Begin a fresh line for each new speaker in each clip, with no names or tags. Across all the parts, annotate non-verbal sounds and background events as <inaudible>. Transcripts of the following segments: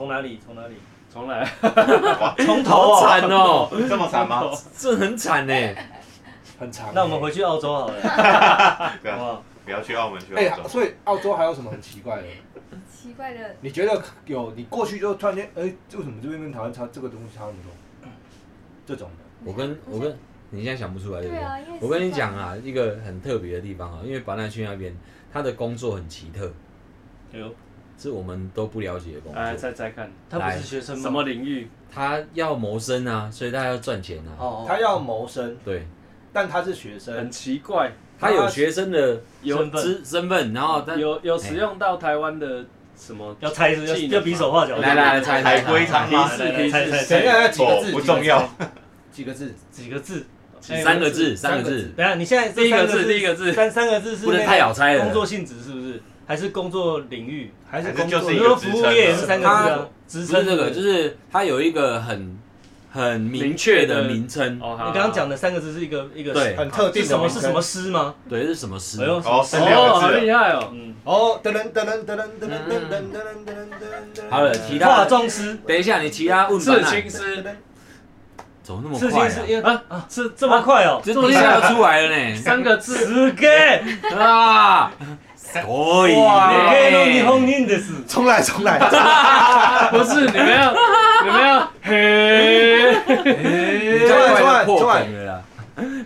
从哪里？从哪里？
重来，
<laughs> 从头
好
啊！
惨哦，
这么惨吗？
这很惨 <laughs> 呢。
很长。
那我们回去澳洲好了，
对
好不
啊，
好？
不要去澳门，去
哎、
澳洲。
所以澳洲还有什么很奇怪的？
奇怪的，
你觉得有你过去就突然间，哎、为什么这边跟台湾差这个东西差那么多？这种的，
我跟我跟你现在想不出来对不
对
对？
啊，因为
我跟你
习惯
讲，啊，一个很特别的地方啊，因为巴纳去那边，他的工作很奇特，
有，
是我们都不了解的工
来
作。
猜猜看，
他不是学生吗？
什么领域？
他要谋生啊，所以他要赚钱啊。
哦？哦，
他要谋生，
对，
但他是学生
很，奇怪，
他有学生的
有
身份
资身份，然后他
有有使用到台湾的什么？
要猜是不是
技能
要要比手画脚。
来来来猜
海
猜
龟
猜，
汤吗？
来来来
提示
猜猜
等一
猜
下几个字？
不重要，
几个字？
几个字？
哎三个字，
三
三
个
个
字
字，
等一下，你现在这
第一个
三
字，第一个字，
三三个字是
不能
那
太好猜
个工
了
作。性质是不是？还是工作领域？
还是
还是
工
就
作？
是
比
一
如说
个职
服
称
务业也是三个字
他
啊，职
不
称
是这个，就是他有一个很很明确的名称，
哦，
你刚刚讲的三个字是一个一个
对
很特定
是
的
什么
名
是
称
什么师吗？
对，是什么诗
哎？呦，
哦，是
好
两
哦，好
个字
厉
了。
害哦，
嗯，
哦，噔噔噔噔噔噔噔噔噔噔噔噔噔。
好了，其
化
他
妆师，
等一下，你其他问
刺
版啊，
青师
怎么那么
刺
快
青师，
啊？
哎因为
啊啊，是
这
这
么
么快，
快哦，
这底下要出来了呢。
三个字，
十个。
啊，可以
哇，啊可以弄日本人
呢。
です。
重来重来，
不是你们要，你们要，嘿，
哎
哎
你这样快就破梗了啦，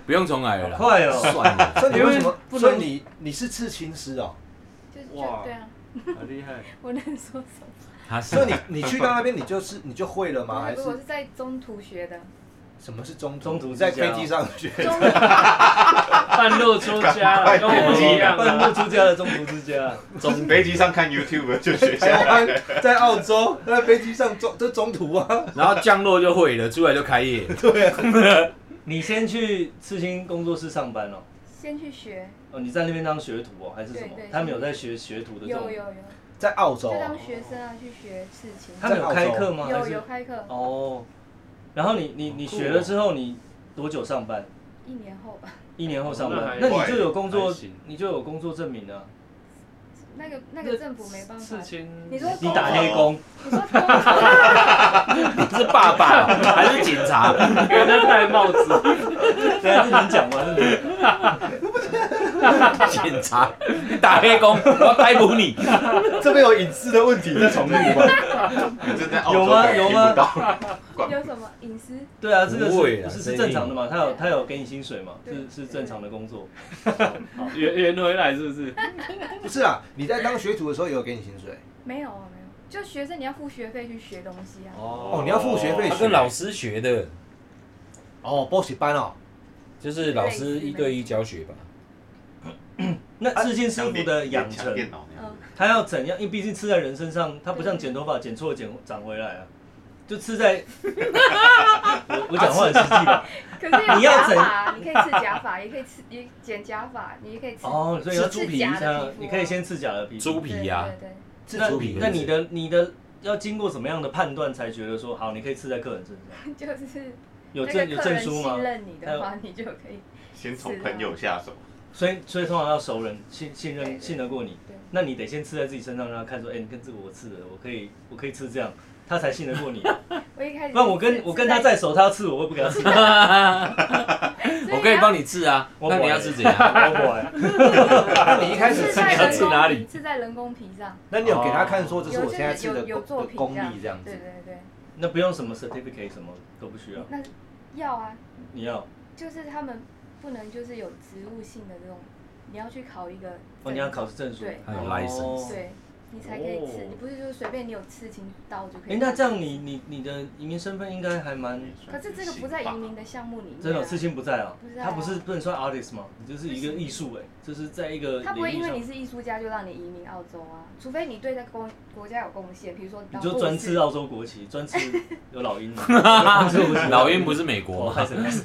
不用重来了啦。
快哦，
算了，
所以你为什么？
不能
所以你你是刺青师哦，
就是
哇
就对啊，
好厉害，
<laughs> 我能说什么？
他是
所以你
<laughs>
你去到那边你就是你就会了吗？还
我
是
是我是在中途学的，
什么是中途？
中途之
在
家
飞机上 <laughs> 学，
中
半路出家
啊
了，跟我们一样
半
啊，
路出家的中途之家，
从飞机上看 YouTube 就学下
台
来。
湾在澳洲在飞机上中这中途啊，
然后降落就会了，出来就开业。
对啊，
你先去刺青工作室上班哦。
<laughs> 先去学，
哦，你在那边当学徒哦，还是什么
对对？
他们有在学学徒的这
有
种，
有有，
在澳洲
就
啊
当学生啊去学事情，
他们有开课吗？还
有
是
有开课，
哦，然后你你你
哦
学了之后，你多久上班？
一年后吧，
一年后上
哦那
班
还，
那你就有工
还
作
行，
你就有工作证明了。
那个那个政府没办法
刺，青，
你说啊
你打黑
<laughs>
工，
你说工作啊
你是爸
<laughs>
爸还是警察？
给人家戴帽子，
对啊，是你讲吗？是你
警察，你打黑工，我要逮捕你。
这边有隐私的问题在重复
<laughs>
吗？
可是在澳
有
洲
吗
可能
有
听
吗
不到，
有什么隐私？
对啊，这个
不会
是
啦
不是
谁
是正常的嘛？他有他有给你薪水嘛？
对
是是正常的工作。
圆圆回来是不是？
不是啊，你在当学徒的时候也有给你薪水
没有啊没有，就学生你要付学费去学东西
<laughs>
啊，
哦，你要付学费
他
学
跟老师学的，
哦，补习
<laughs>
班哦，
就是老师一对一教学吧。
那
啊
刺青师
像
傅
电
的养
像
成，
电脑那样。
嗯，
他要怎样？因为毕竟刺在人身上，他不像剪头发剪错剪长回来啊，就刺
<laughs>
在。我我讲话很实际吧？
可是有
你要
假
怎
发啊，你可以刺假发，也可以刺也剪假发，你也可以刺
哦，所以要猪
刺
皮
假
才
的
有
皮，肤啊，
你可以先刺假的皮肤。
猪皮啊呀
对对对。
是
那
猪皮
那
是不是
你的你的要经过什么样的判断才觉得说好？你可以刺在客人身上？
<laughs> 就是
有
那
证
个
有
客
证
人
书
信
吗？
任你的话，你就可以。
先从朋友下手，
所以所以通常要熟人信信
对
任
对
信得过你
对，
那你得先刺在自己身上，让他看说，哎、你跟这个我刺的，我可以我可以刺这样，他才信得过
<laughs>
你。
我一开
呃
始
不然我跟我跟他再熟，他要刺我，我也不给他刺。
<laughs> 我可以帮
你
你治啊，
我
<laughs> 那你要啊治怎样？
我
那你一开始
是
刺
在
你
人
要
工
刺
刺哪里
皮是在人工皮上，
那你有给他看说这是我
有
现在
就是
刺的
有有作
的
品
功力这
嗯
样
对
子？
对对，
那不用什么 certificate 什么都不需要，
那要啊，
你要
就是他们不能就是有植物性的这种，你要去考一个证，
哦，你要考试证书
对，
还有
哦
license
对，你才可以吃，
哦
你不是就是随便你有刺青刀就可以。
哎，那这样你你你的移民身份应该还蛮，
可是这个不在移民的项目里面啊，
真的刺青不在啊
不，在啊
他不是不能算 artist 吗？你就是一个艺术哎，就是在一个
他不会
领
因
域
为
上
你，是艺术家就让你移民澳洲啊，除非你对这个国国家有贡献，比如说你
你
当
就
护
专啊
士
刺澳洲国旗，专刺有老鹰吗， <laughs>
老鹰不是美国
我
吗
还？是还是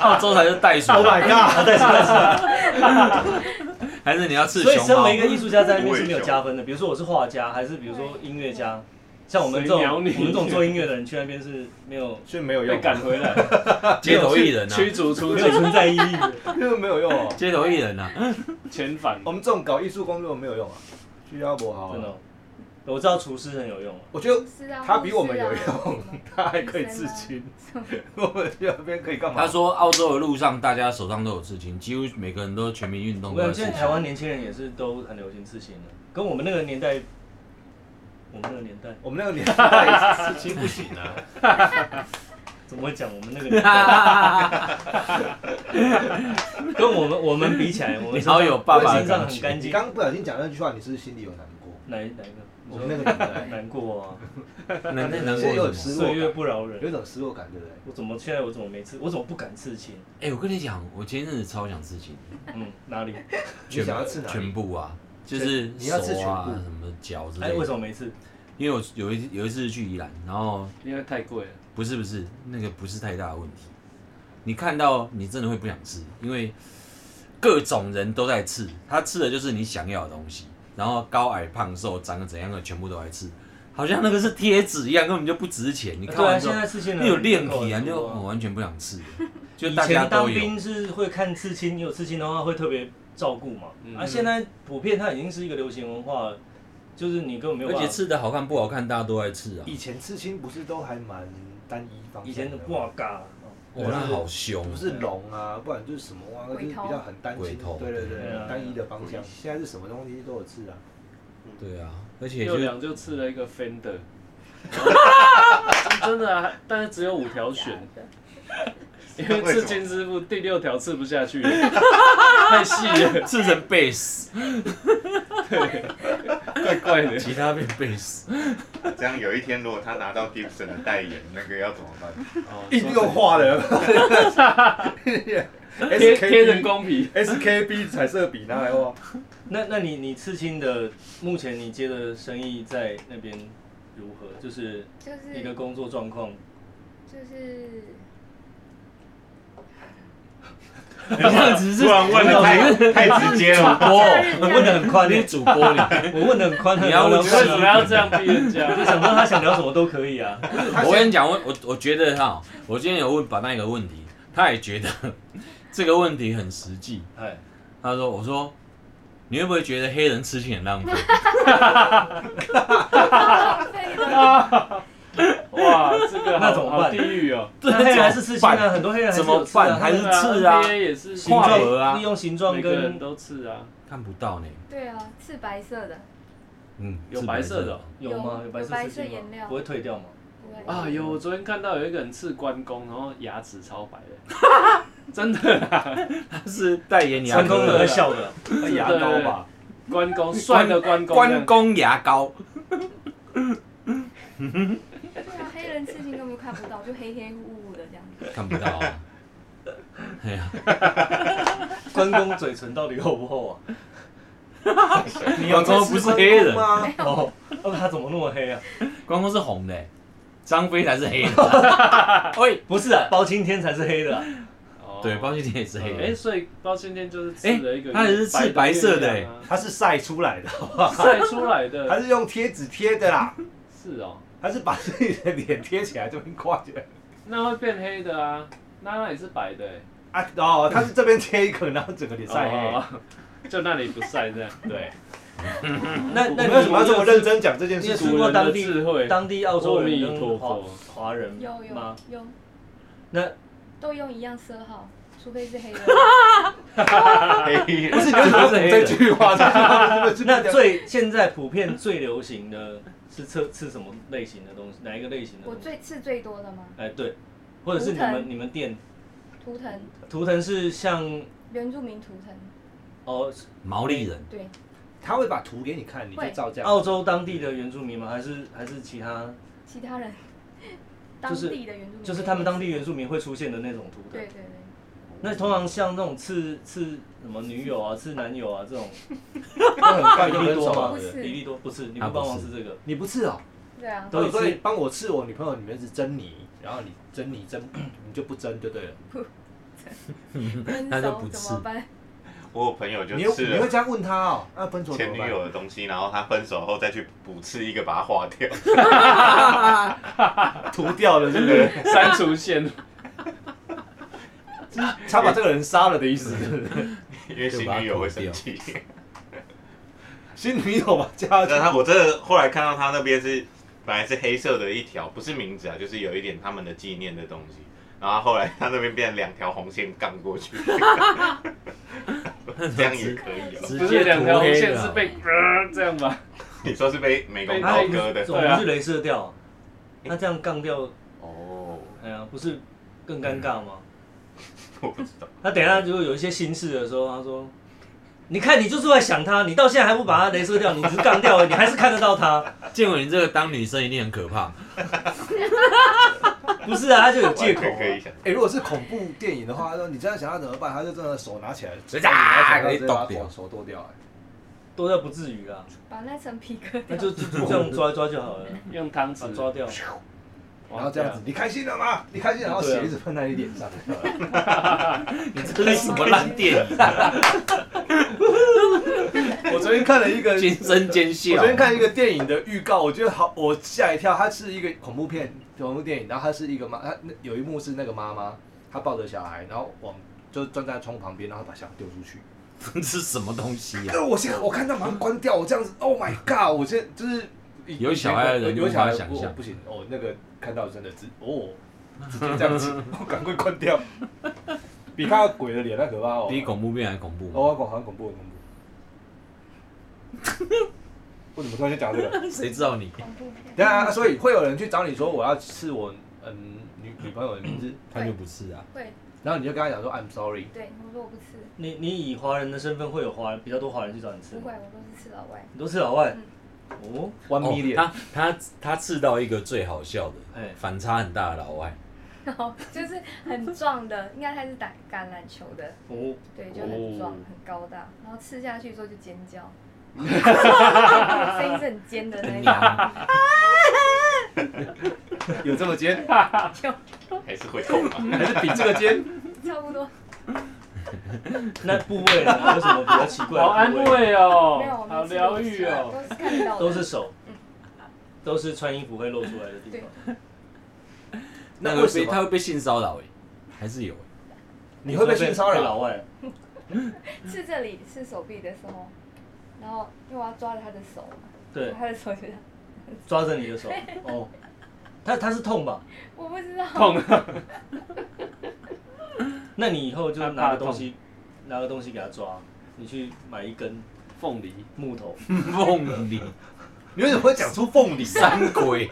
澳洲才是袋鼠啊，
god！
还是你要刺
所以，
熊
身
猫
为一？个艺术家，在那边是没有加分的。比如说我是画家，还是比如说音乐家，像我们这种
谁
我
鸟你
们这种做音乐的人去那边是没有
所以没有
被
用，
<laughs> 赶回来，
<laughs> 街头艺人啊，
驱逐出
没
<laughs> 境
有，存在意义的。
因 <laughs> 为没有用哦。
街头艺人啊，
遣返
我。们这种搞艺术工作没有用啊，需要不好啊
真的哦，我知道厨师很有用啊，
我觉得
是啊，
他比我们有
护士啊
用，他还可以自清，我们去那边可以干嘛？
他说澳洲的路上大家手上都有刺青，几乎每个人都全民运动
我
都
想
在
现
刺
在台湾
青。
年轻人也是都很流行刺青的，跟我们那个年代，我们那个年代
我们那个年代是清不行啊，
怎么会讲我们那
<laughs>
个年代？跟我们我们比起来，我们身上
好有爸
爸的
身上
感
很
觉
干
你
净。
刚不小心讲那句话，你是不是心里有难过？
哪一哪一个？
我们那个年代
难过啊，
难难过
是有
什么？
失落
岁月
感，
不饶
有一
人。
种失落感，对不对？
我怎么现在我怎么没刺？我怎么不敢刺青？
哎、我跟你讲，我前一阵子超想刺青，
嗯，哪
<laughs>
里？
你想要吃哪里
全部啊，就是
全你
手
要刺全
啊
部
什么脚之类
哎，
的。
为什么没刺？
因为我有一有一次去宜兰，然后
因为太贵了。
不是不是那个不是太大的问题，你看到你真的会不想吃，因为各种人都在吃，他吃的就是你想要的东西，然后高矮胖瘦长得怎样的全部都在吃，好像那个是贴纸一样，根本就不值钱。你看
对啊，
完之
现
后，
在刺青
你有练体啊，
人
你就
口很多
我完全不想
<laughs>
吃，就
以
大家
前当
都有。
兵是会看刺青，你有刺青的话会特别照顾嘛。
嗯
啊，现在普遍它已经是一个流行文化了，就是你根本没有
而
办
且
法。
吃的好看不好看，大家都在吃啊。
以前刺青不是都还蛮单一方向
以前的
吗
哇嘎，
哇，那好凶
不
哦，
是龙啊，不然就是什么啊，就是
鬼
比
头
较很单
鬼
心
头，
对对
对啊
对，单一的方向。现在是什么东西都有刺啊，
对啊，而且
六
就是
两就刺了一
<laughs>
个 Fender，真的啊，但是只有五条
选
弦，
啊
因为刺青师傅第六条刺不下去，太细了，
<laughs> 刺成
<laughs>
贝斯，
怪怪
<laughs>
的。
吉他变贝斯，
这样有一天如果他拿到 Gibson 的代言，那个要怎么办？
硬又化 <laughs> 了。
贴贴人工皮，
SKB 彩色笔拿来画，
那那你你刺青的，目前你接的生意在那边如何？就是
<laughs> 就是
一个工作状
<laughs>
况，
就是
<laughs>
只
突然问的太太直接
<laughs>
了，
播
我问的很宽
哦你
欸，
主播你，
我
<laughs>
问的很宽，很
你要
聊聊
问
为
不完
这
什么要这样逼人家？
我就想说他想聊什么都可以啊。
<laughs> 我跟你讲，我我我觉得哈，我今天有问板那一个问题，他也觉得 <laughs> 这个问题很实际。
哎，
他说：“我说你会不会觉得黑人吃青很浪费？
哇，这个
那
好
怎么办
好地狱哦！
那黑人还是刺青啊，很多黑人还是
怎么
有刺啊
办还是
对啊
刺啊
NBA 也是
形
跨河啊
状，利用形状
每个
跟
人都刺啊，
<laughs> 看不到呢。
对啊，是白色的，
啊
嗯，
有
是
白色的哦
有吗？有白
有白
色
色
刺青
颜
吗？
料
不会退掉吗？
不会
啊，有，我昨天看到有一个人刺关公，然后牙齿超白的，真的啦，
他是代言牙
成功
膏
的
的
啊笑的，
牙膏吧，
关公帅的关公，
关公牙膏，
对啊，黑人刺青根本看不到，就黑黑雾雾的这样子。
<laughs> 看不 <laughs> 到啊。哎呀，
关公嘴唇到底厚不厚啊？
你有公不是黑人，
吗？
哦，哦，他怎么那么黑啊？
关公是红的欸，张飞才是 <laughs> 黑的。喂，
不是啊，包青天才是黑的啊、
哦
对，包青天也是黑
哎，
的。
所以包青天就是刺了一个，
哎他也是刺白色的
月亮
它是晒出来 <laughs> 的，
啊，晒出来
它 <laughs>
的，
是用贴纸贴的 <laughs> 啦，
是哦，
它是把自己的脸贴起来这边挂起来。
那会变黑的啊，那那也是白的欸，
啊哦，它是这边贴一个，然后整个脸晒黑。
哦， <laughs> 就那里不晒这样，对，
那
我
那
们
你
为什么要这么认？真讲这件
你
事
有
情？
吃过当
古人的智
地
慧
当地澳洲人
阿弥
跟
陀
华
佛
华人
有有
嗯吗？
有，
那
都用一样色号，除非是黑
<laughs>
人。
黑
不是，你为什么要补这句话？这句话是不
<laughs> 那
是
最现在普遍最流行的是刺刺什么类型的东西？哪一个类型的
我
东西？
最刺最多的吗？
哎，对，或者是你
图
们
腾
你们店
图腾，
图腾是像
原住民图腾，
哦
毛利人，
对，
他会把图给你看，你就照这样。
澳洲当地的原住民吗？还是还是其他？
其他人当
就是
地的原住民，
就是他们当地原住民会出现的那种图腾
对。对对，
那通常像那种刺刺什么女友啊、刺男友啊这种，那很快比例多吗
<laughs>
不？是
比例多不是，你
啊
不
不
帮忙
是
吃这个，
啊你不刺哦，
<laughs>
对啊，
都有
所以
刺。
帮我刺我女朋友女儿是珍妮，然后你珍妮珍你就不珍就对了。
分
那就不
手
刺
怎么办？
我有朋友就
你又
吃
你会
了
这样问他哦？那分手怎
前
么
女
办？ <laughs>
友的东西，然后他分手后再去补吃一个，把它化 <laughs> 掉。
涂掉了，是不 <laughs> 是？
删除线，
他 <laughs> 把这个人杀了的意思，是不是？
因为新女友会生气，
心里有吧？加
<laughs> 那他我真的后来看到他那边是本来是黑色的一条，不是名字啊，就是有一点他们的纪念的东西。然后后来他那边变成两条红线杠过 <laughs> 去，这样也可以哦。
直
不
接
是两条
涂黑
红
的
线是被、呃、这样吧？
你说是被美工
它
刀
不
割的
是我
对
哦
啊
们是镭射掉，那这样杠掉，
哦，
哎呀，不是更尴尬吗？
我不知道。
他等一下如果有一些心事的时候，他说：“你看，你就是在想他，你到现在还不把他镭射掉，你只是杠掉而已，你还是看得到他。
建伟，你这个当女生一定很可
<laughs>
怕。
不是啊，他就有借口、
可以
啊。
可以想，
哎、如果是恐怖电影的话，那你这样想要怎么办？他就真的手拿起来，
直接啊
可以
给你剁
剁
掉
掉，手剁掉、哎
多到不至于啦，
<laughs> 把那层皮割
那就
掉。
就这样抓一抓就好了，
用汤匙
把它抓掉。
然后这样子，你开心了吗？你开心了，然后
啊对啊
血一直喷在你脸
<laughs>
上。
你这是什么
<laughs>
烂电影？
我昨天看了
<laughs>
一个，
惊
我
声尖笑。
昨天看一个电影的预告，我觉得好，我吓一跳。它是一个恐怖片，恐怖电影，然后它是一个妈，它那有一幕是那个妈妈，她抱着小孩，然后往就站在窗户旁边，然后把小孩丢出去。
<laughs> 这是什么东西啊呀、
呃，我现在我看到马上关掉，我这样子，Oh my god！我现在就是
<laughs>
以
有小孩的人
有小孩
无法想象
哦不行哦，那个看到真的直哦，直接这样子， <laughs> 我赶快关掉， <laughs> 比看到鬼的脸还可怕哦，
比恐怖片还恐怖吗？
哦，好像恐怖，很恐怖。 <laughs> 我怎么突然间讲到这个？
<laughs> 谁知道你？
恐怖片。
等一下，所以会有人去找你说我要刺我嗯女女朋友的
<laughs>
名字，
他就不是啊。
会，
然后你就跟他讲说 I'm sorry，
对，我说我不吃，
你你以华人的身份会有华人比较多华人去找你吃
不
吗，
会，我都是吃老外。 <laughs>
你都是老外
嗯
哦，
one
哦
million，、
他他他刺到一个最好笑的
哎，
反差很大的老外，
然后就是很壮的，应该他是打橄榄球的，
哦，
对，就很壮，
哦
很高大，然后吃下去之后就尖
<laughs>
叫，声音是很尖的那一种。
娘
有这么尖，
还是会痛啊吧。
还是比这个尖？ <laughs>
差不多，
那部位呢？有什么比较奇怪
好
的
安
部位？
慰哦
没有，我，
好
们吃
疗愈哦。
都是看到的，
都是手，都是穿衣服会露出来的地
嗯对
方。，
那
那
为
会
什
被
么
他会被性骚扰哎，还是有欸 <laughs>
你会被性骚
被
扰
老？外，
是这里是手臂的时候，然后因为我要抓着他的手嘛，
对，
他的手就这样，
抓着你的
<laughs>
手，哦，他他是痛吧？
我不知道，
痛，
那你以后就
他怕
拿个东西，拿个东西给他抓，你去买一根
凤梨，
木头。
梦里
你为什么会讲出凤梨？啊
三鬼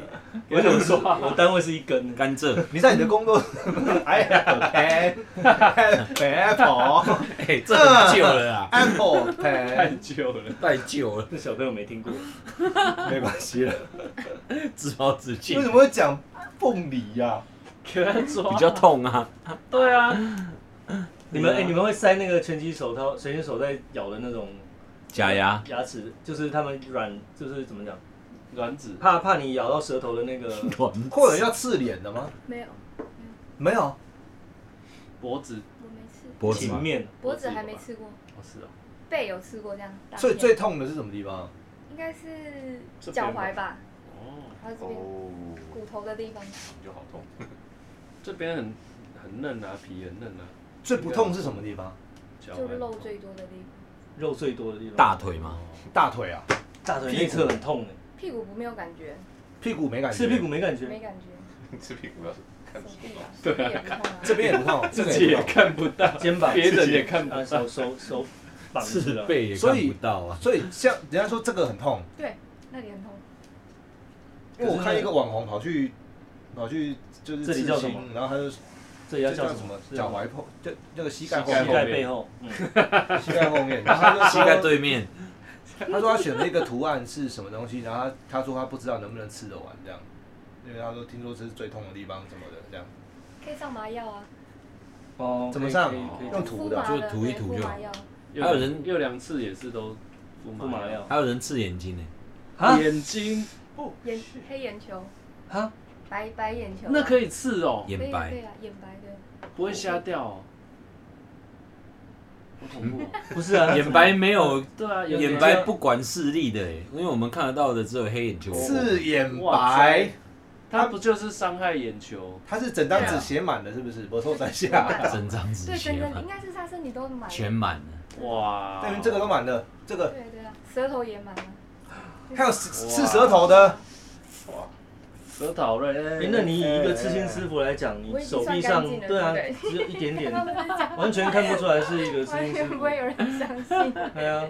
我怎么说？我单位是一根，
甘蔗， <laughs>
你在你的工作，哎呀，apple
哎，这很旧了啊，
apple
太
pen，
久了。
太旧了，
那小朋友没听过。
没关系了。
自暴自弃
为，什么会讲凤梨呀？
给他抓，
比较痛啊。
<laughs> 对啊，
你们哎、你们会塞那个拳击手套、拳击手在咬的那种
假牙
牙齿，就是他们软，就是怎么讲，
卵子
怕怕你咬到舌头的那个。
短
或者要刺脸的吗？
<laughs> 没有，
没有，
脖子，
我没吃，
脖子
情
吗？
面，
脖子还没吃过，
哦是哦，
背有吃过这样，大
最
片
最痛的是什么地方？
应该是
这边
脚
吧
踝吧，
哦，
还有这边
哦，
骨头的地方，
就好痛。
这边很很嫩啊，皮很嫩啊，
最不痛是什么地方？
脚
就
踝
肉最多的地方，
肉最多的地方。
大腿吗？
大腿啊，
大腿内侧很痛哎、
屁股不没有感觉，
屁股没感觉，
吃屁股没感
没 <laughs>
觉，
感
<laughs>
觉，
吃屁股要看
手
什
臂吧
么？，
手臂也不痛啊，
这边也不痛，
自己
这
也
个
看不到，
肩膀
别人也看不
啊
到，
手手手绑住
是
了。
背也看不到啊
<laughs> 不痛。，啊所以像人家说这个很痛，
对，那里很痛，
因为我看一个网红跑去跑去就是
这里
刺
叫
青
什么
然后他就
这要
就
叫
叫
什
什
么
么？脚踝后，就那个膝盖后
膝
面，
盖背后，嗯，
膝盖后面，然后他就说
<laughs> 膝盖对面，
他说他选了一个图案是什么东西，然后他他说他不知道能不能吃得完这样，因为他说听说这是最痛的地方什么的这样。
可以上麻药啊，
哦，
怎么上
可以可以可
用
以
涂
敷
的
麻
就
的
涂一
对
涂
敷
就
麻
好
药，
哦
还有人
<laughs> 有两次也是都敷
敷麻药
还有人刺眼睛呢。
啊
眼睛
眼黑眼球，
啊，
白白眼球啊，
那可以刺哦，
可以
眼
对
白，
啊，眼白的，
不会瞎掉哦，好恐怖哦，
不是啊，
<laughs> 眼白没有，
<laughs> 对啊，有
眼白不管视力的欸，因为我们看得到的只有黑眼球。
刺眼
哇
白
塞，它不就是伤害眼球？
他是整张纸写满了是不是？不错在下，
整张纸
对，
写
真的
满
应，该是他身体都满了，
全满了。
哇，
但是这个都满了，这个
对对啊，舌头也满了。
还有吃吃舌头的，
舌头嘞、
哎诶那你以一个刺青师傅来讲，你
我已经
手臂
算
上
干净了
对啊
对，
只有一点点，
<laughs> 他们是讲，
完全看不出来是一个刺
完
青师
全不
傅。
会有人相信。
对啊，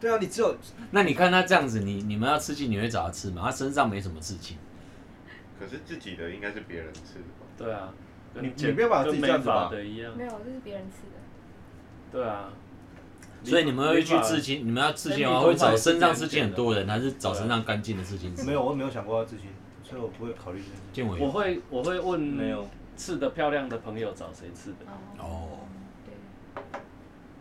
对啊，你只有
那你看他这样子，你你们要刺青，你会找他刺吗？他身上没什么刺青，
可是自己的应该是别人吃的吧？
对啊，跟
你
剪
你没有办法自己
跟
这样
美
子吧
发的一样
没，有，这是别人吃的。
对啊。
所以你们会去
理发
刺青，你们要刺青的
哎
话，
你头
会
发
找
也是
身上
这样
刺青很多人，还是找
对啊
身上干净的刺青师？
没有，，我没有想过要自己，所以我不会考虑这件事。
建
我
伟
会我会问
没有
刺的漂亮的朋友找谁刺的，
哦，
哦，
对，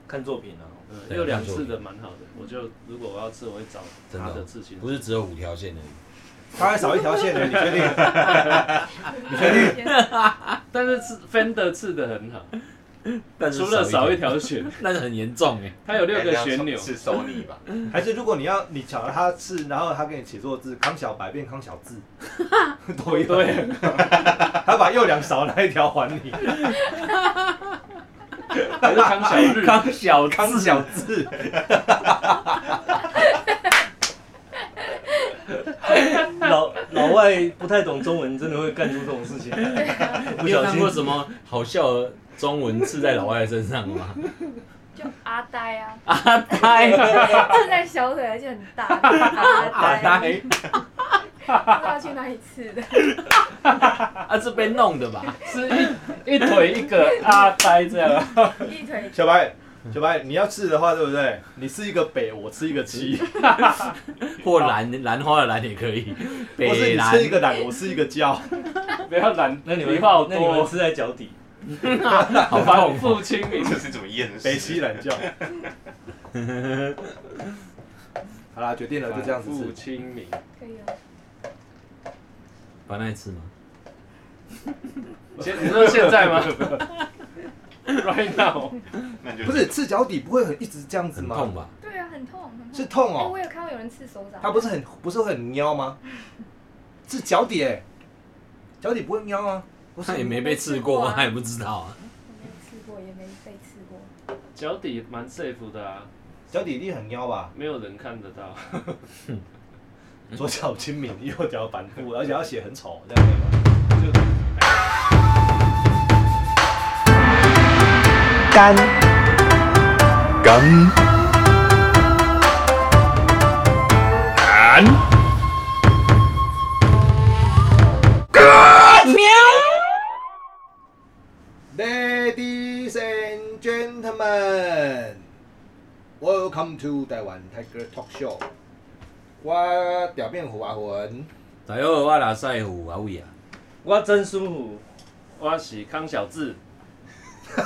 看作品啊，
嗯
对
有两
那就
刺的蛮好的，我就如果我要刺，我会找
真的
他的
哦
刺青师。
不是只有五条线而已。
他还少一条 <laughs> 线呢，你确定？
你确定？
但是刺 Fender 刺的很好，
但
除了少一，条弦，
<laughs>
那是很严重哎。
它有六个旋钮。
是 Sony 吧？
还是如果你要你找到他字，然后他给你写错字，康小白变康小 <laughs> 字，都一对，
对，
他把右两勺那一条还你，
还是康小日，
康小
<laughs> 康小字，
老老外不太懂中文，真的会干出这种事情。
<laughs>
不
啊
你有
小
看
心
过什么好笑的中文刺在老外身上吗？
就阿呆啊，
呆
<laughs> 正在小腿而且很大，阿
阿
呆，
呆
不知道去哪里吃的。
啊，是被弄的
<laughs>
吧？
是一一腿一个阿呆这样。啊
一腿
小白。小白，你要吃的话，对不对？你吃一个北，我吃一个鸡，
或兰兰花的兰也可
<laughs>
以，
或是
北
你
兰
吃一个奶，我吃一个胶。
不要懒，
那你
理
们
发好
那你们
多，
吃在脚底，
好
反
痛哦。
复清明
这。是怎么验尸？
北西懒觉。 <laughs> 好啦，决定了， <laughs> 就这样子
反复
吃。
清明，
可以哦了，
把那吃吗？
现你说现在吗 <laughs> ？Right now，
那就
不是刺脚底不会很一直这样子
很
吗？
痛吧？
对啊，很痛，很
是
痛。
痛
哎，
哦
我，有看到有人吃手掌，
它不是很不是会很喵吗？是脚底哎、脚底不会喵啊，不是
他也没被刺
没吃过
过，
啊
他也不知道啊。
我没有吃过，也没被吃过。
脚底蛮 safe 的啊，
脚底一定很喵吧？
没有人看得到。
左脚清明，右脚反复，而且要写很丑，这样可以吗？Ladies and gentlemen, welcome to 台湾 Tiger Talk Show。我表面虎阿魂，
哎呦，我拉塞虎啊
<laughs>
喂啊！
我真舒服。
我是康小智，
<laughs>
新的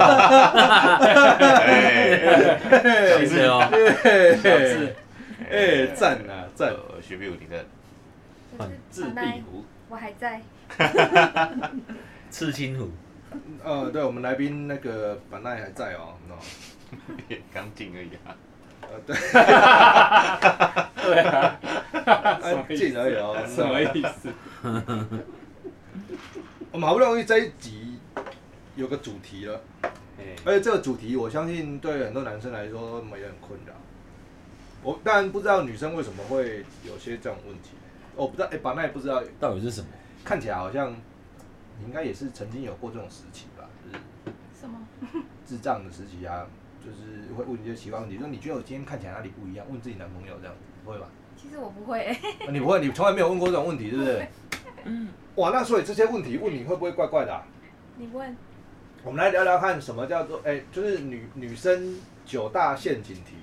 哦，
哎
新的哦，
哎
小智
哎赞啊赞！
呃徐碧武，你的
我
自
是阿
壁
呆，
虎，
我还在。
刺青虎。
呃，对我们来宾那个本奈还在哦，喏
刚进而已啊，
呃对，
对啊，
安静而已
<laughs>
哦。
什么
喏
意思？
我们好不容易这一集有个主题了，
哎
而且这个主题我相信对很多男生来说没很困扰。我当然不知道女生为什么会有些这种问题，我不知道，哎，本奈不知道，
到底是什么？
看起来好像你应该也是曾经有过这种时期吧，就是
什么？
智障的时期啊，就是会问一些奇怪问题，说你觉得我今天看起来哪里不一样？问自己男朋友这样，不会吧？
其实我不会、 <laughs> 欸，
<laughs> 啊你不会，你从来没有问过这种问题，对不对？哇，那所以这些问题问你会不会怪怪的啊、
你问
我们来聊聊看，什么叫做哎、就是女女生九大陷阱题，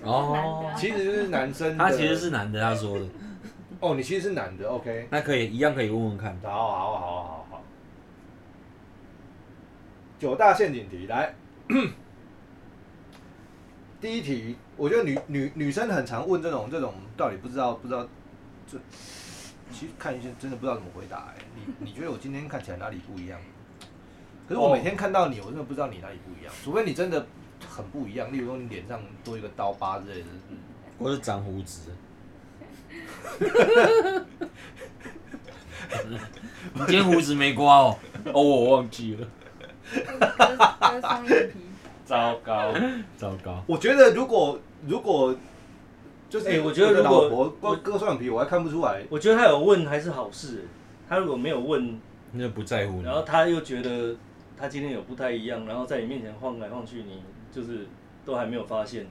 我就是男的、啊。
其实就是男生的
他其实是男的，他说的，
哦，你其实是男的，OK？
那可以一样可以问问看。
好好好好好，九大陷阱题来。 <clears throat> 第一题，我觉得女女女生很常问这种这种，到底不知道不知道，这其实看一下真的不知道怎么回答、欸。你你觉得我今天看起来哪里不一样？可是我每天看到你，我真的不知道你哪里不一
哦
样，除非你真的很不一样，例如说你脸上多一个刀疤之类的。
嗯
我是长胡
<laughs>
子。 <laughs> 你今天胡子没刮哦？哦，我忘记了。
可是就是双眼皮。
糟糕，
糟糕，
我觉得如果如果就是，
哎我觉得如果
老婆光割双眼皮，我还看不出来。
我觉得他有问还是好事，他如果没有问，
那就不在乎你
然。后他又觉得他今天有不太一样，然后在你面前晃来晃去，你就是都还没有发现，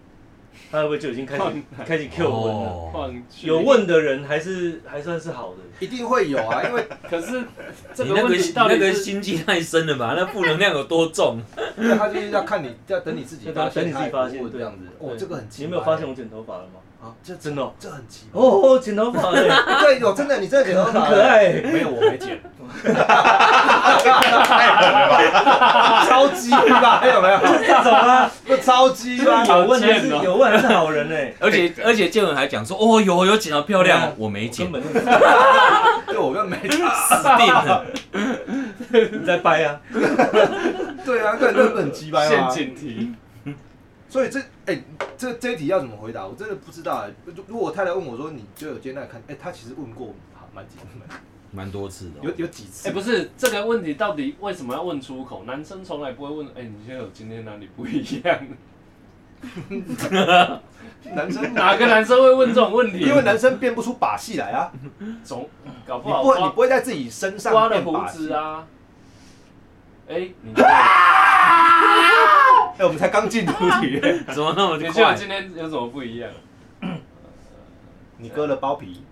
他会不会就已经开始 <laughs> 开始 Q 问了？
哦，
放弃
有，问的人还是还算是好的。
一定会有啊，因为
可是这
你
个
那
问
个
题
你
到
那
底
个
是
心机太深了
<laughs>
吧？那负能量有多重？
因为他就是要看你，要等你自己
要
发
等
现，
你自己发现
这样子。哦，
对
这个很奇
你有
葩。
没有发现我剪头发了吗？
啊？这
真的哦
这很奇葩。
哦，哦剪头发 <laughs> 了，
对，有真的，你真的很
很可。爱。
没有，我没
<laughs>
剪。超鸡吧？有没有？
这种啊，
不超鸡吧？
有问还是
好贱哦
有问还是好人哎，
而且而且建文还讲说，哦，有有剪到漂
啊
亮，我没剪，
根
死
本就
对，我跟没
定了。
<laughs>
你在掰啊。
对啊，对，那不很鸡掰
陷
吗？
阱题，
所以这哎、这这一题要怎么回答？我真的不知道、哎如如果我太太问我说你就有接待看，哎、她其实问过好蛮几蛮
蛮多次的哦、
有有几次，
哎，不是这个问题到底为什么要问出口？男生从来不会问，哎，你现在有今天哪里不一样？
男生
<laughs> 哪个男生会问这种问题？
<laughs> 因为男生变不出把戏来啊，你
总搞不好
不会你
刮
不会在自己身上
刮了
变
胡
把戏
子。啊。哎，你
哎、我们才刚进主题， <laughs>
<laughs> 怎么那么
你觉得
快？
今天有什么不一样？
你割了包皮，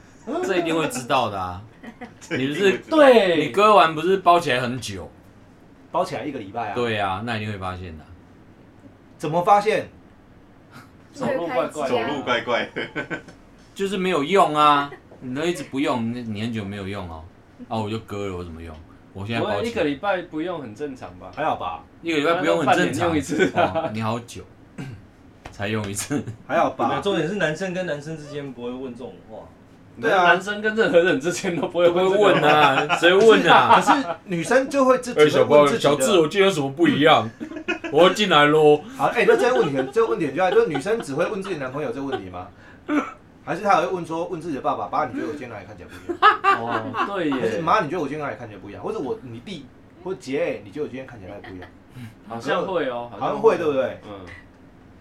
<laughs> 这一定会知道的
<laughs>
啊！你不是
对，
你割完不是包起来很久？
包起来一个礼拜啊，，
对啊，那一定会发现的啊、
怎么发现？
走路怪
啊
怪的
走路怪怪的，
就是没有用啊！你都一直不用，你你很久没有用哦。啊，我就割了，我怎么用？我现在
不
包
会一
起
个
来
礼拜不用很正常吧？
还好吧，
一个礼拜不用很正
半年
常。
用一次啊
哦你好
<laughs>
久才用一次，
还好
没有
吧，
重点是男生跟男生之间不会问这种话。
对啊
男生跟任何人之间都不会
会不会
问、
问
啊。
啊？谁问
<laughs> 可
啊？
是女生就
<laughs>
会
哎
自己会问自己的。
我今天有什么不一样？我要进来
<laughs>
喽！
好，哎、那这个问题很，这个问题很重要，就是女生只会问自己的男朋友这个问题吗？ <laughs> 还是她还会问说，问自己的爸爸，爸，你觉得我今天哪里看起来不一样？
<laughs> 哦，对
还是
耶，
妈，你觉得我今天哪里看起来不一样？或者我你弟或姐，你觉得我今天看起来哪里不一样？
好像会哦，
好像会，对不？对？
嗯，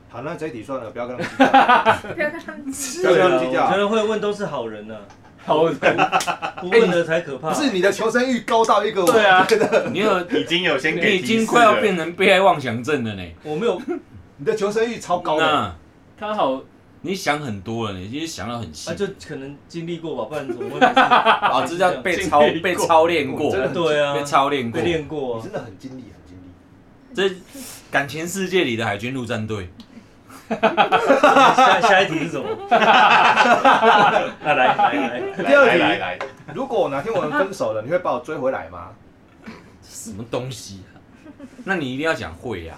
好，那这一题算了，不要跟他们计较，
不要跟他们挤。
不要跟他
啊，
们计
我觉
较。
得会问都是好人呢，
好的，
不问的才可怕。
啊不是你的求生欲高到一个，
对啊
我觉得
你有
已经有先
你
给
已
提
经
示
快要
了
变成被害妄想症了呢。
我没有，
<laughs> 你的求生欲超高的。
那
他好，
你想很多了，你其实想到很细
啊，。就可能经历过吧，不然怎么会每
<laughs>
次？
啊，这叫被操
经历过
被操练过，
真的
对啊，
被操练过
被。练过
你
啊
真。的很经历，很经历。
这感情世界里的海军陆战队，
下下一题是
<laughs>
什么？啊，来来来，
第二
来
题
来来，
如果哪天我们分手了，你会把我追回来吗？
什么东西啊？那你一定要讲会呀、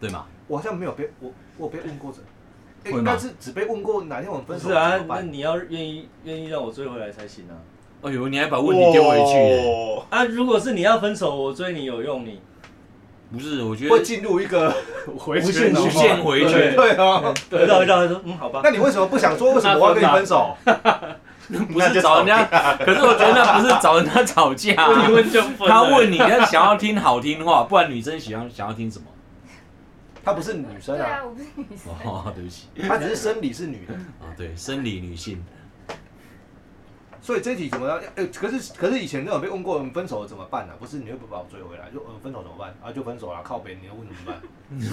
对吗？
我好像没有被我我有被问过这，
会
哎
吗
应该是只被问过哪天我们
不
分手
是啊
怎么，
那
办
你要愿意愿意让我追回来才行啊。
哎呦，你还把问题丢回去耶、
哇
啊，如果是你要分手，我追你有用你？
不是，我觉
会
得
进入一个回圈
无
哦，
无限回圈，
对哦。
回到回到，他说嗯，好吧
那。你为什么不想说为什么我要跟你分手？
<laughs> 不是找人家。 <laughs> 可是我觉得那不是找人家吵架、
<laughs>
问一问就
<laughs>
分了。
他问你，他想要听好听话，不然女生喜欢想要听什么？ <laughs>
她不是女生
对啊，
啊，
我不是女生。
哦，对不起
她只是生理是女的，
啊，对，生理女性， <laughs>
所以这题怎么样？哎，可是可是以前那种被问过我们分手了怎么办呢？啊不是你又不把我追回来，就呃分手怎么办？啊就分手了，靠北你要问怎么
<laughs>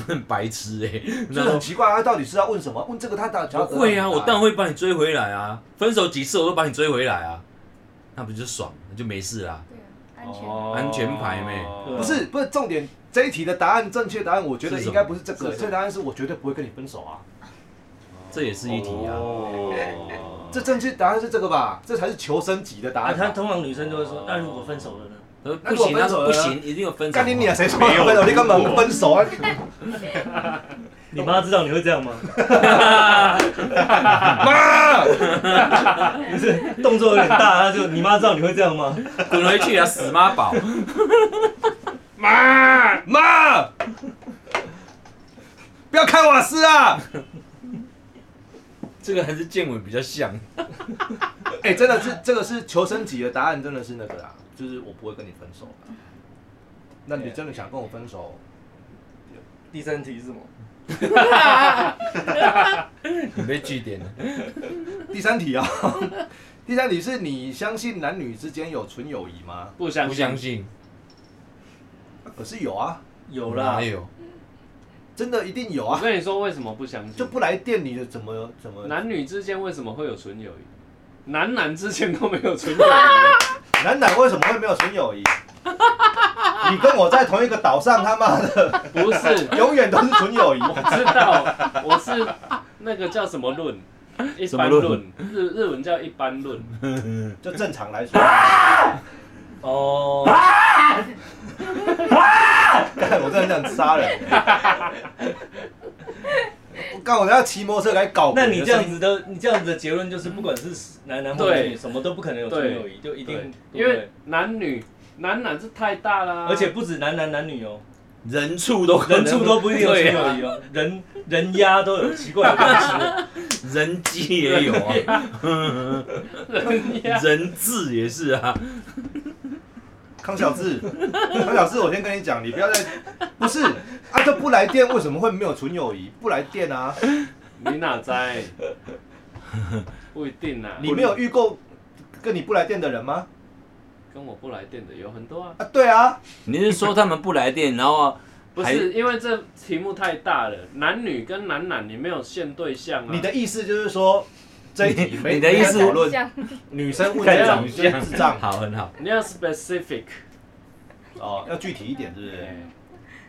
办？
很白痴哎、
就是很奇怪，他到底是要问什么？问这个他呃到
我
底要
会啊，我当然会把你追回来啊！分手几次我都把你追回来啊，那不就爽，那就没事啦。
对啊，安全。
哦
安全牌妹
对
不是不是重点。这一题的答案正确答案，我觉得
是什么
应该不是这个，
是什么
这个答案是我绝对不会跟你分手啊。
这也是一题啊。
哦
这正确答案是这个吧？这才是求生级的答
啊，
案吧。
他通常女生都会说，那如果分手了呢？
他说
那
呃不
如
行，那不
果分手了呢
行，一定有分手。
干你娘！谁说
没有
分手？你根
如
本
果
分手啊！
你妈知道你会这样吗？
妈，
不是，动作有点大，他就你妈知道你会这样吗？
<laughs> 滚回去啊，死妈宝！
妈妈，不要开瓦斯啊！
这个还是建伟比较像。
<laughs> 哎、真的是这个是求生级的答案，真的是那个啦，就是我不会跟你分手啦。那你真的想跟我分手？
第三题是什么？
你被据点了。
第三题啊， <laughs> 第三题是你相信男女之间有纯友谊吗？
不相
不
信
相，信？
可是有啊，
有啦
哪，有？
真的一定有
我
啊，
跟你说为什么不相信？
就不来呃电你就怎么怎么
男女之间为什么会有纯友谊？男男之间都没有纯
<laughs>
友谊，
男男为什么会没有纯友谊？你跟我在同一个岛上，他妈的，
不是？
永远都是纯友谊。
我知道，我是那个叫什么论，一
什么
般
论
论，日日文叫一般论。
就正常来说，
哦，
干我真的很想杀
<laughs>
人。我干，我要骑摩托车来搞鬼
那
的声
你
音。
这样子的，你这样子的结论就是，不管是男男或
对
女，什么都不可能有纯友谊，就一定
对，
对
因
不
为呃
对
男女男男是太大啦，
而
<laughs>
且不止男男男女哦，
人畜都可能
人畜都不一定有纯友谊哦，人人鸭都有奇怪的关系，
人机也有啊，
人家
人质也是啊。
康小智，康小智，我先跟你讲，你不要再不是啊，就不来电，为什么会没有纯友谊？不来电啊，
你哪在？不一定啊啦，
你没有遇过跟你不来电的人吗？
跟我不来电的有很多啊。
啊，对啊，
你是说他们不来电，然后
不是因为这题目太大了，男女跟男男你没有限对象啊。
你的意思就是说这一题没
你的意思
没有讨论
像
女生问
看
这
长
种
相
智障
好，很好。
你要 specific，
哦，要具体一点，是不是？
对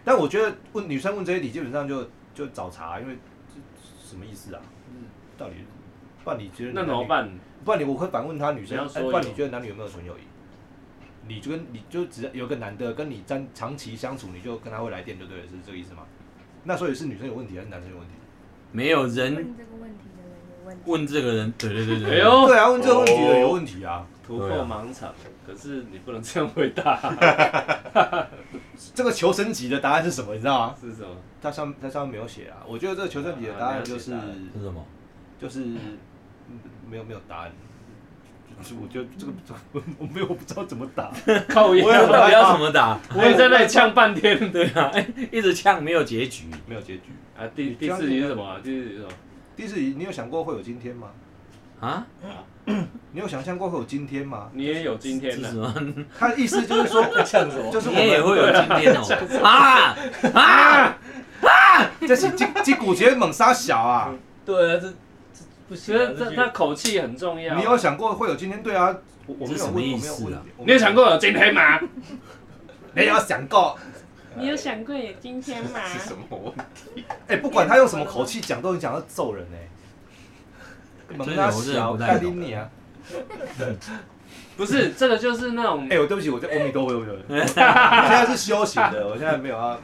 但我觉得问女生问这些题，基本上就就找茬，因为这什么意思啊？到底，不然你觉得
那
男
怎
女
么？办？
不然你我会反问他女生，
你要
哎不
说
然
有
你觉得男女有没有纯友谊？你就跟你就只要有个男的跟你长长期相处，你就跟他会来电，就对了，是这个意思吗？那所以是女生有问题还是男生有问题？
没有人
问这个问题的人有问题，
问这个人，对对对
哎
对，
呦，哦
对啊，问这个问题的有问题啊，
突破盲场，可是你不能这样回答，
这个求生级的答案是什么？你知道吗？
是什么？
它上它上面没有写啊。我觉得这个求生级的答案就是
啊没有写
是什么？
就是嗯没有没有答案。就是我觉得这个 <laughs> 我没有我不知道怎么答，
靠
我也
腰
不知道要怎么打，
我也在那里呛半天。对啊，
一直呛没有结局。
没有结局。
啊，第第四题是什么啊？第四题是什么？
第四题，你有想过会有今天吗？
啊，
你有想象过会有今天吗？
你也有今
这
天
是
呢
什？么？
他的意思就是说，
像什么？
就是我
你也 <laughs>
们
会有啊今天
<laughs>
哦！啊啊！
这是击击骨节猛杀
<laughs>
小啊！
对啊，这这不
其
行啊
实，
这
这
句
他口气很重要。
你有想过会有今天？对啊，我我
啊这
没有
什
问，
么
我没
意
有
思啊
问，我没
你有想？过有今天吗？
没有想过。
你有想过有今天吗？
是什么问题？
哎，不管他用什么口气讲，都很想要揍人哎！猛杀
真的
小，
我真的不太
干
懂
你啊！
不是，这个就是那种
哎，我对不起，我在欧米都会，
<laughs>
我我现在是休息的，我现在没有啊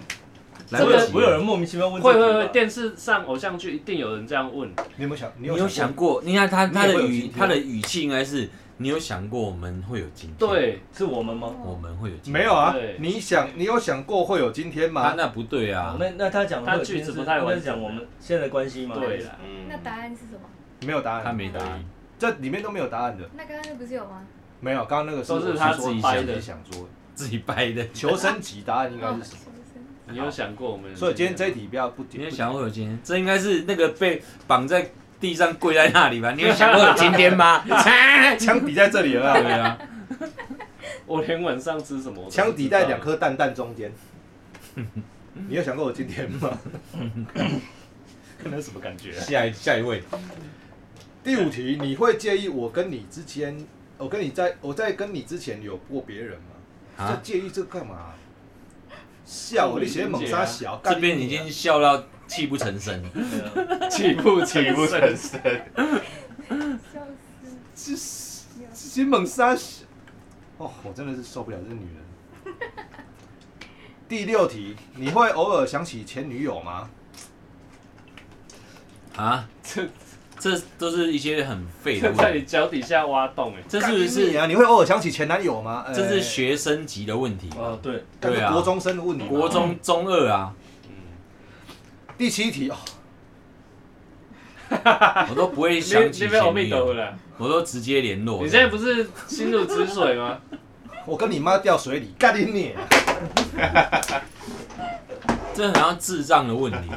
来
要。
这
不
个
及
不会有人莫名其妙问这
会
题吧
会会，电视上偶像剧一定有人这样问。
你有没有想？你
你有想
过？
过？你看他他
你也
的
会有
语
今天
他的语气应该是你有想过我们会有今天？，
对，
是我们吗？
我们会有今天
没有啊
对？
你想，你有想过会有今天
他
吗？
那不对啊！
那那他讲的
他
会有
句子
今天
不太
是应该
完
是
整
讲我们现在的关系吗？
对啊啦，
嗯
那答案是什么？
没有答案，
他没答案，
这里面都没有答案的。
那刚刚那不是有吗？
没有，刚刚那个
都是
我
他
说
自己
他
想的
想说。
自己掰的。
求生级答案应该
哦，
是
<laughs>
什
求
么？
生
你有想过我们？
所以今天这一题不要不
你有
点，
想过有今天？这应该是那个被绑在地上跪在那里吧？你有想过有今天吗？
<laughs>
枪抵在
<laughs>
这里了
对
啊，
啊，
我连晚上吃什么我都不知道？
枪抵在两颗蛋蛋中间。你有想过我今天吗？ <laughs> 可能什么感觉、
下一下一位，
第五题，你会介意我跟你之间，我跟你在我在跟你之前有过别人吗？
啊
这介意这干嘛、笑我，你写猛杀小，
这
干
边
你啊
已
娘
经笑到泣不成声，
对啊
起步
泣
起
不
步声。
成声，
笑死！
这是这猛杀小，哦，我真的是受不了这女人。第六题，你会偶尔想起前女友吗？
啊，
这
这都是一些很废的
这在
问
你
题。
脚底下挖洞哎。
这是不
干你
是
啊？你会偶尔想起前男友吗？
这是
哎
学啊生级的问题吧？
<laughs> 哦对，
干
对啊
国中生的
哎
问题嘛。
国中中二啊，
嗯，
第七题哦，
哎
我都不会
你
想
你
起
被我
前
妹
女
抖
友，
了。
我都直接联络。
你现在不是心如止水吗？ <laughs>
啊我跟你妈掉水里，干你你！
这很像智障的问题。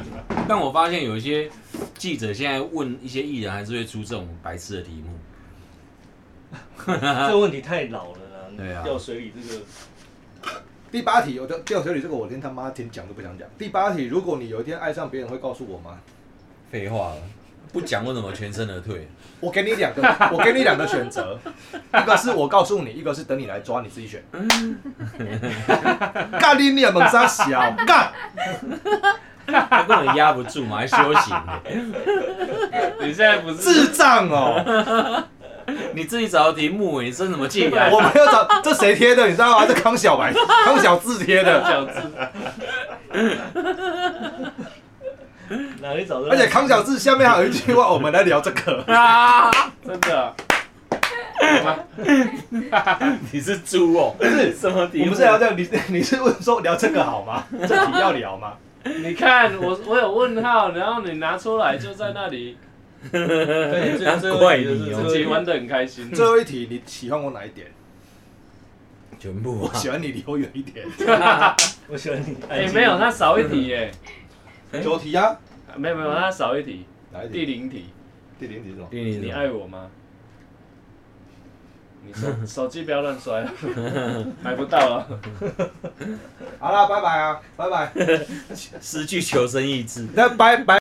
但我发现有一些记者现在问一些艺人，还是会出这种白痴的题目。
这个问题太老了啦，
啊对啊
掉水里这个
第八题，我就掉水里这个，我连他妈连讲都不想讲。第八题，如果你有一天爱上别人，会告诉我吗？
废话了，不讲我怎么全身而退？
我给你
<laughs>
两个，我给你两个选择，一个是我告诉你，一个是等你来抓，你自
<laughs>
己选。干你脸猛杀小干，
他根本压不住嘛，还修行呢。
<laughs>
你现在不是
智障 <laughs> 哦！
你自己找的题目，你生什么气啊？
我没有找这谁贴的，你知 <laughs> 道吗？这康小白、康小智贴 <laughs> 的，
小智，
哪里找得到？
而且康小智下面还有一句话，我们来聊这个。
啊！
真的啊
<laughs> 你是猪哦，什么题
我
目？
们是聊这个， <laughs> 你你是问说聊这个好 <laughs> 吗？这题要聊吗？
你看我，我有问号，然后你拿出来就在
<laughs>
那里，
对，这这
怪
问题就
你
是
哦
这个
自己玩的很开心。
最后一题，你喜欢我哪一点？
全部
我
啊！
喜欢你离我远一点。
我喜欢你。
哎、
安静
没有，他少一题耶，
九题啊，
没有没有，他少一题，
哪一
第
题？
零题，
第零题是什么？
因为
你
你
爱我吗？你手手机不要乱摔，啊 <laughs> 买不到了。
好了，拜拜啊，拜拜。
失去求生意志。
那拜拜。